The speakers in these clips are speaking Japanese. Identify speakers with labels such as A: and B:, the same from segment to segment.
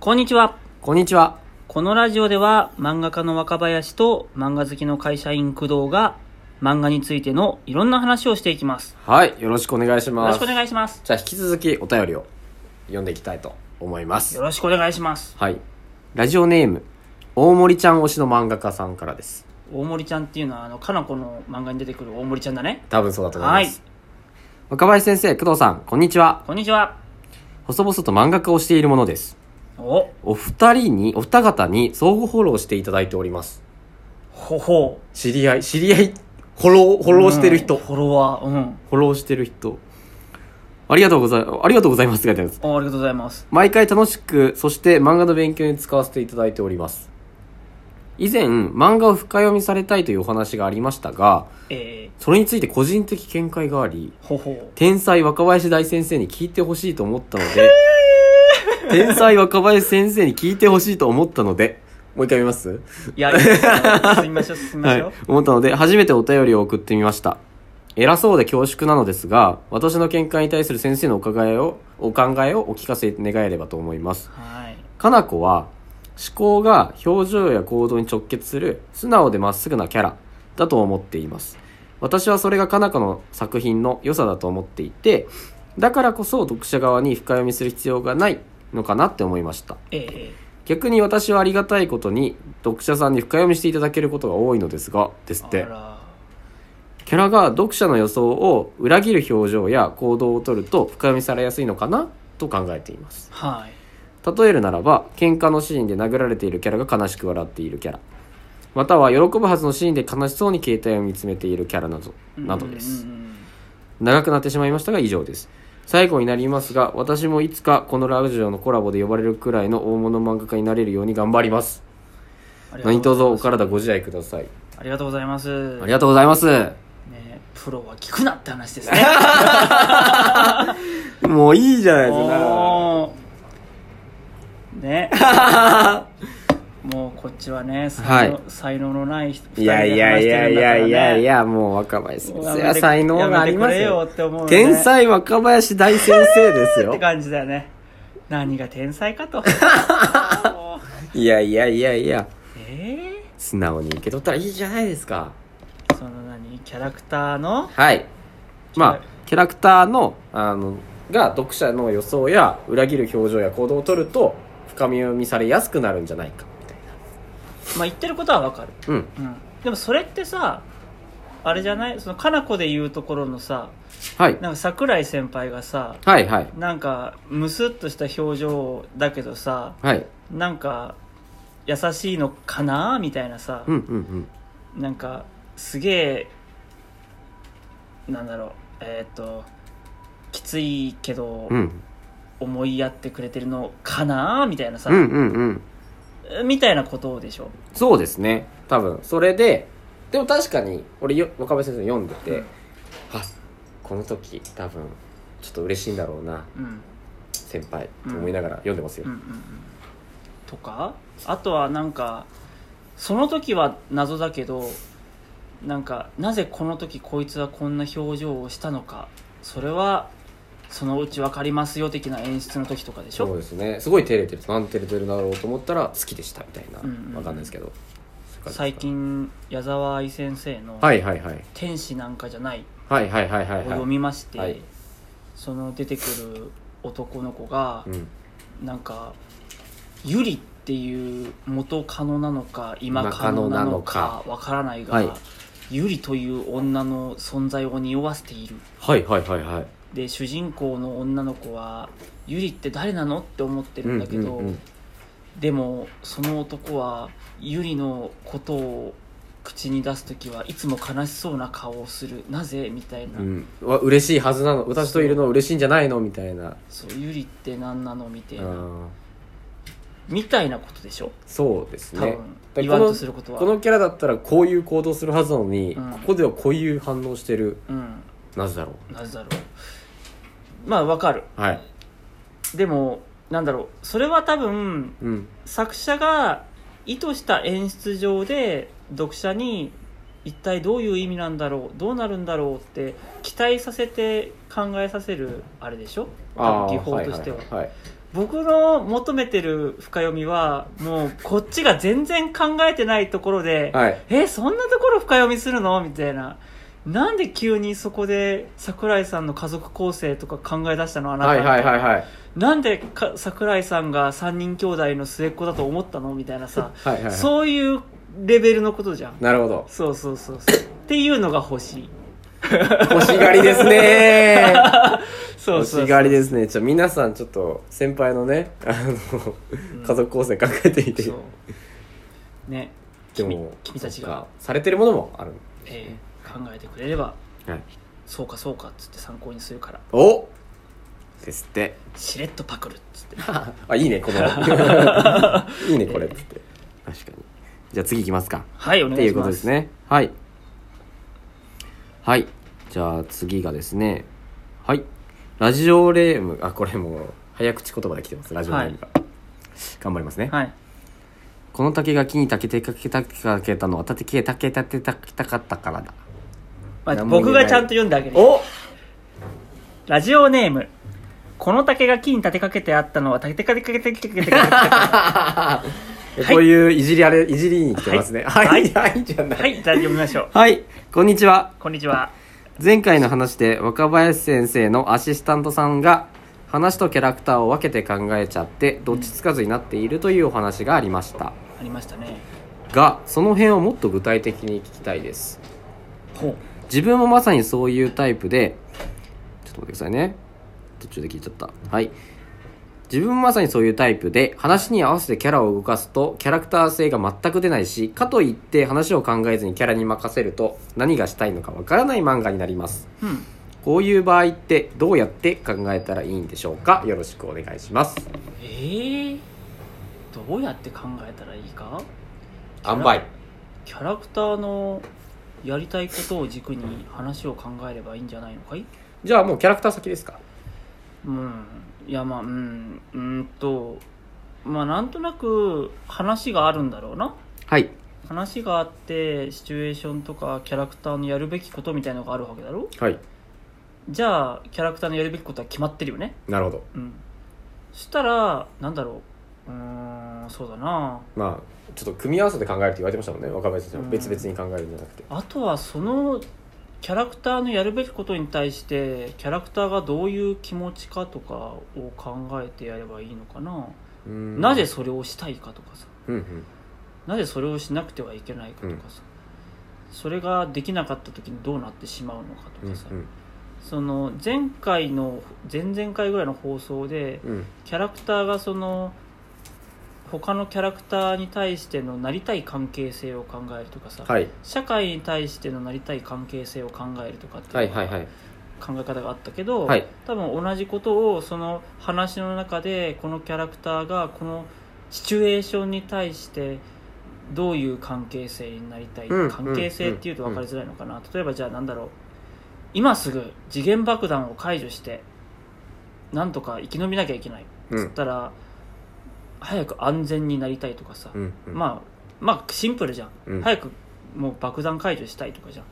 A: こんにちは。
B: こんにちは。
A: このラジオでは漫画家の若林と漫画好きの会社員工藤が漫画についてのいろんな話をしていきます。
B: はい、よろしくお願いし
A: よ
B: ま
A: ろ
B: す。
A: しくお願いします。
B: じゃあ、引き続きお便りを読んでいきたいと思います
A: よ。ろしくお願いします。
B: はい。ラジオネーム、大森ちゃん推しの漫画家さんからです。
A: 大森ちゃんっていうのは、あの、かなこの漫画に出てくる大森ちゃんだね。
B: 多分そうだと思い
A: は
B: ま
A: い
B: す。。若林先生、工藤さん、こんにちは。
A: こんにちは。
B: 細々と漫画家をしているものです。
A: お、
B: お二人に、お二方に相互フォローしていただいております。
A: ほほう。
B: 知り合い、知り合い、フォロー、フォローしてる人。
A: うんフォロワー。うん。
B: フォローしてる人。ありがとうござい、ありがとうございます。が出てます。
A: おありがとうございます。
B: 毎回楽しく、そして漫画の勉強に使わせていただいております。以前、漫画を深読みされたいというお話がありましたが、
A: え
B: それについて個人的見解があり、
A: ー、ほ ほ
B: 天才若林大先生に聞いてほしいと思ったので、 天才若林先生に聞いてほしいと思ったので、もう一回見ます
A: う。いや、いいですよ進みましょう、進みま
B: は
A: し
B: い
A: ょう。、
B: 思ったので、初めてお便りを送ってみました。偉そうで恐縮なのですが、私の見解に対する先生のお伺いを、お考えをお聞かせ願えればと思います。
A: はい。
B: かなこは思考が表情や行動に直結する素直でまっすぐなキャラだと思っています私はそれがかなこの作品の良さだと思っていてだからこそ読者側に深読みする必要がないのかなって思いました
A: えー、
B: 逆に私はありがたいことに読者さんに深読みしていただけることが多いのですがですっ
A: あ
B: て
A: ら。
B: キャラが読者の予想を裏切る表情や行動をとると深読みされやすいのかなと考えています
A: はい。
B: 例えるならば喧嘩のシーンで殴られているキャラが悲しく笑っているキャラまたは喜ぶはずのシーンで悲しそうに携帯を見つめているキャラなどなどで
A: う
B: す
A: んうんうん
B: 長くなってしまいましたが以上です最後になりますが私もいつかこのラジオのコラボで呼ばれるくらいの大物漫画家になれるように頑張ります
A: ありがとうございます
B: 何卒お体ご自愛ください
A: ありがとうございます。
B: ありがとうございます
A: ね、プロは聞くなって話です ね。
B: もういいじゃないですか
A: もう ね。もうこっちはね、才能,、
B: はい
A: 才能のない人。
B: いやいやいやいやいやい
A: や。
B: やもう若林先生は才能があります
A: よ
B: よ
A: って思う、ね、
B: 天才若林大先生です
A: っ
B: よ
A: て感じだよね。何が天才か と。もう
B: いやいやいやいや、
A: え
B: 素直に受け取ったらいいじゃないですか。
A: ー、その何キャラクターの
B: はい。
A: は
B: ま
A: い
B: あ、キャラクターの、あの、が読者の予想や裏切る表情や行動をとると、深みを見されやすくなるんじゃないか。
A: まあ言ってることはわかる。
B: うん。
A: うん。でもそれってさ、あれじゃないそのかなこで言うところのさ、
B: はい。
A: なんか桜井先輩がさ
B: はいはい。
A: なんかムスッとした表情だけどさ
B: はい。
A: なんか優しいのかなみたいなさ
B: うんうんうん。
A: なんかすげえなんだろうえーっときついけど
B: うん。
A: 思いやってくれてるのかなみたいなさ
B: うんうんうん。
A: みたいなことでしょ
B: そうですね。多分。それで、でも確かに、俺よ、若林先生読んでて、
A: うん
B: あ、この時、多分、ちょっと嬉しいんだろうな、
A: うん
B: 先輩、と思いながら読んでますよ
A: うんう。んうんとかあとはなんかその時は謎だけどなんかなぜこの時こいつはこんな表情をしたのかそれはそのうち分かりますよ的な演出の時とかでし
B: そう
A: ょ
B: ですねすごい照れてるなん照れてるだろうと思ったら好きでしたみたいな、
A: うんうんうん
B: わかんないですけど
A: 最近矢沢愛先生の
B: はいはいはい
A: 「天使なんかじゃない」
B: はいはいは
A: を
B: いはいはい
A: 読みまして、
B: はい
A: その出てくる男の子が
B: う、ん、
A: なんか「ゆり」っていう元カノなのか今
B: 今
A: カ
B: カ
A: ノ
B: ノ
A: な
B: な
A: の
B: の
A: か
B: か
A: わからないが、
B: はい
A: ゆりという女の存在を匂わせている
B: はいはいはいはい
A: で主人公の女の子は「ゆりって誰なの?」って思ってるんだけど、
B: うんうんうん
A: でもその男はゆりのことを口に出す時はいつも悲しそうな顔をするなぜみたいな、
B: うん、うわ嬉しいはずなの私といるの嬉しいんじゃないのみたいな、
A: そうゆりって何なのみたいな、
B: うん、
A: みたいなことでしょ
B: そうです
A: 多分
B: ね、だから
A: 言わんとすることは
B: このキャラだったらこういう行動するはずなのに、
A: うん
B: ここではこういう反応してる
A: うん
B: なぜだろ
A: なぜだろうまあわかる
B: うはい、
A: でもなんだろうそれは多分
B: うん、
A: 作者が意図した演出上で読者に一体どういう意味なんだろうどうなるんだろうって期待させて考えさせるあれでしょ多分技法としては、
B: あーはいはいはい
A: 僕の求めてる深読みはもうこっちが全然考えてないところで、
B: はい。
A: えそんなところ深読みするのみたいななんで急にそこで桜井さんの家族構成とか考え出したのあなた、
B: はいはいはいはい。
A: なんでか桜井さんが3人兄弟の末っ子だと思ったのみたいなさ
B: はいはい、はい。
A: そういうレベルのことじゃん
B: なるほど。
A: そうそうそうそうっていうのが欲しい
B: 欲しがりですねー。
A: そう
B: 欲
A: そうそう
B: しがりですね。じゃあ皆さんちょっと先輩のね、あ
A: ん
B: の、家族構成考えてみて。
A: そうね
B: で
A: 君
B: も、
A: 君たち
B: そっ
A: が
B: か、されてるものもある。
A: えー考えてくれれば
B: はい。
A: そうかそうかっつって参考にするから
B: おです って。
A: しれっとパクるっつって
B: あ、いいね、こ の。いいね、これ。つって。確かに。じゃあ次行きますか。
A: はいお
B: っ
A: 願
B: て
A: い
B: い
A: し
B: うこと
A: ま
B: ですすねはいはいじゃあ次がですねはいラジオネームあこれもう早口言葉で来てますラジオネームが、頑張りますね、
A: はい
B: この竹が木に竹てかけたけかけたのは竹け竹たてたけたかったからだ
A: まあ
B: 何も言えない
A: 僕がちゃんと読んであげる
B: お
A: ラジオネームこの竹が木に立てかけてあったのは竹かけてかけてかけてかけて か
B: こういういじりあれいじりに来てますねはいはい、じゃな
A: けて
B: い
A: はいじゃあ読みましょう
B: はい、こんにちは
A: こんにちは
B: 前回の話で若林先生のアシスタントさんが話とキャラクターを分けて考えちゃってどっちつかずになっているというお話がありました
A: ありましたね
B: がその辺をもっと具体的に聞きたいです
A: ほ
B: 自分もまさにそういうタイプでちょっと待ってくださいね途中で聞いちゃったはい自分もまさにそういうタイプで話に合わせてキャラを動かすとキャラクター性が全く出ないしかといって話を考えずにキャラに任せると何がしたいのかわからない漫画になります
A: ううん
B: こういう場合ってどうやって考えたらいいんでしょうかよろしくお願いします。
A: ええどうやって考えたらいいか
B: 塩梅。
A: キャラクターのやりたいことを軸に話を考えればいいんじゃないのかい
B: じゃあもうキャラクター先ですか
A: うんいやまあうんうーんとまあなんとなく話があるんだろうな
B: はい。
A: 話があってシチュエーションとかキャラクターのやるべきことみたいのがあるわけだろ
B: はい。
A: じゃあキャラクターのやるべきことは決まってるよね
B: なるほど。
A: うんそしたらなんだろううーんそうだな
B: まあ、ちょっと組み合わせて考えるって言われてましたもんね。若林さん
A: う
B: は
A: ん
B: 別々に考えるんじゃなくて。
A: あとはそのキャラクターのやるべきことに対してキャラクターがどういう気持ちかとかを考えてやればいいのかな、
B: うん
A: なぜそれをしたいかとかさ
B: うんうん。
A: なぜそれをしなくてはいけないかとかさ、それができなかった時にどうなってしまうのかと
B: うん
A: かさ、その前回の前々回ぐらいの放送で
B: うん。
A: キャラクターがその他のキャラクターに対してのなりたい関係性を考えるとかさ、
B: はい。
A: 社会に対してのなりたい関係性を考えるとかって
B: はいいうはいはい。
A: 考え方があったけど、
B: はい
A: 多分同じことをその話の中でこのキャラクターがこのシチュエーションに対してどういう関係性になりたい、
B: うん
A: 関係性っていうと分かりづらいのかな、例えばじゃあなんだろう今すぐ時限爆弾を解除してなんとか生き延びなきゃいけないっ
B: う
A: つっ
B: ん。
A: たら、早く安全になりたいとかさ、
B: うんうん。
A: まあまあシンプルじゃん、
B: うん
A: 早くもう爆弾解除したいとかじゃん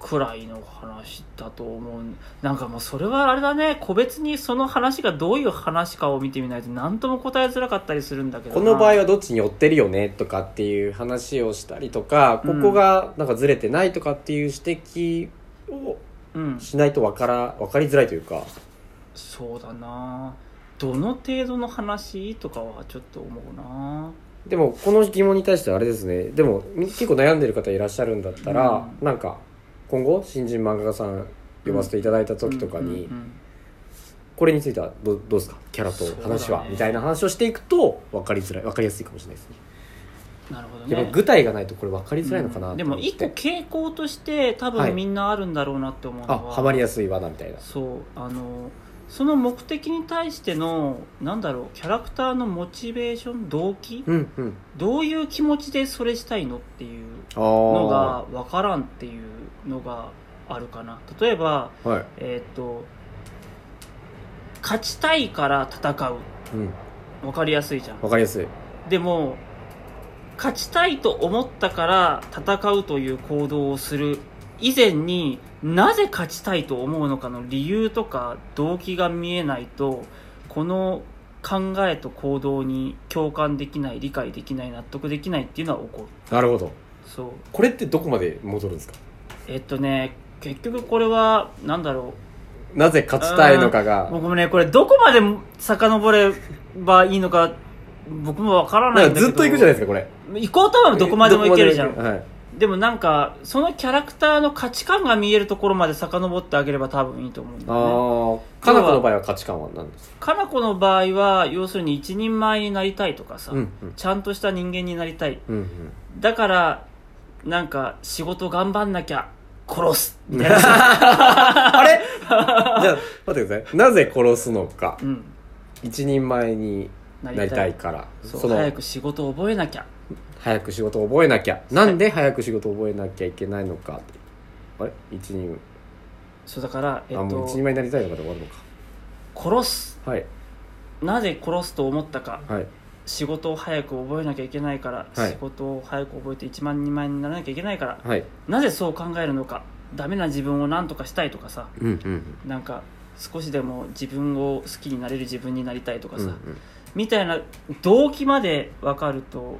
A: くらいの話だと思うなんかもうそれはあれだね個別にその話がどういう話かを見てみないと何とも答えづらかったりするんだけど
B: この場合はどっちに寄ってるよねとかっていう話をしたりとか、こ
A: うん
B: こがなんかずれてないとかっていう指摘を
A: うん
B: しないとわから、わかりづらいというか。
A: そうだなどの程度の話とかはちょっと思うな
B: でもこの疑問に対してはあれですねでもみ結構悩んでる方いらっしゃるんだったら、
A: う
B: なんか今後新人漫画家さん呼ばせていただいた時とかに、
A: うんうんうん
B: これについてはどどうですかキャラと話は、
A: そうだね
B: みたいな話をしていくと分かりづらい分かりやすいかもしれないですね
A: なるほど
B: でも
A: ね
B: 具体がないとこれ分かりづらいのかな
A: うん
B: と
A: で
B: 思
A: も
B: って、
A: 一個傾向として多
B: は
A: 分
B: い
A: みんなあるんだろうなって思うの
B: あ
A: は、
B: はまりやすい罠みたいな
A: そうあのその目的に対してのなんだろうキャラクターのモチベーション動機
B: うんうん
A: どういう気持ちでそれしたいのっていう
B: あ
A: の
B: あ
A: が分からんっていうのがあるかな例えば
B: はい、
A: えーっと勝ちたいから戦う
B: うん、
A: 分かりやすいじゃん
B: 分かりやすい
A: でも勝ちたいと思ったから戦うという行動をする以前になぜ勝ちたいと思うのかの理由とか動機が見えないとこの考えと行動に共感できない理解できない納得できないっていうのは起こる
B: なるほど
A: そう
B: これってどこまで戻るんですか
A: えっとね結局これはなんだろ
B: なぜ勝ちたいのかが
A: う僕もねこれどこまで遡ればいいのか僕もわからない
B: なん
A: んだ
B: か
A: けど
B: ずっと行くじゃないですかこれ
A: 行こうと思えばどこまでも行けるじゃん
B: どこまでも行けるはい
A: でもなんかそのキャラクターの価値観が見えるところまで遡ってあげれば多分いいと思うんだよね
B: ああかなこの場合は価値観は何です
A: か
B: か
A: な子の場合は要するに一人前になりたいとかさ、
B: うんうん
A: ちゃんとした人間になりたい
B: うんうん
A: だからなんか仕事頑張んなきゃ殺すみたいな、
B: あれじゃあ待ってくださいなぜ殺すのか
A: う ん、
B: 一人前にな
A: な
B: りたいから
A: そう
B: その
A: 早く仕事覚えなきゃ
B: 早く仕事を覚えなきゃなんで早く仕事を覚えなきゃいけないのかあれ一人
A: そうだから、えっ
B: あもう
A: と
B: 一人、前になりたいのかで終わるのか
A: 殺す
B: はい
A: なぜ殺すと思ったか
B: はい
A: 仕事を早く覚えなきゃいけないから、
B: はい
A: 仕事を早く覚えて1万2万円にならなきゃいけないから
B: はい
A: なぜそう考えるのかダメな自分を何とかしたいとかさ
B: うんうん
A: なんか少しでも自分を好きになれる自分になりたいとか
B: うんう
A: さ、
B: んうん
A: みたいな動機まで分かると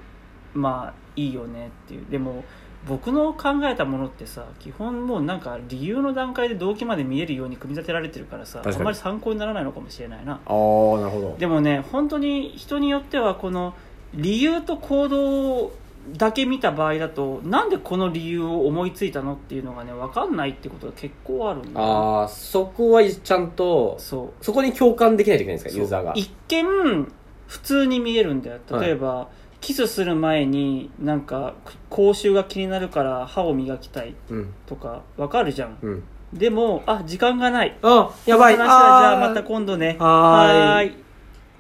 A: まあいいよねっていうでも僕の考えたものってさ基本もうなんか理由の段階で動機まで見えるように組み立てられてるからさ
B: 確か
A: あ
B: に
A: んまり参考にならないのかもしれないな
B: ああなるほど
A: でもね本当に人によってはこの理由と行動だけ見た場合だとなんでこの理由を思いついたのっていうのがね分かんないってことが結構あるんだよね
B: ああそこはちゃんと
A: そう
B: そこに共感できないといけないんですかユーザーが
A: 一見普通に見えるんだよ例えば、キスする前になんか口臭が気になるから歯を磨きたい
B: うん
A: とかわかるじゃん
B: うん
A: でもあ時間がない
B: あやばい
A: この話はじゃあ
B: ー
A: また今度ね
B: はーい
A: い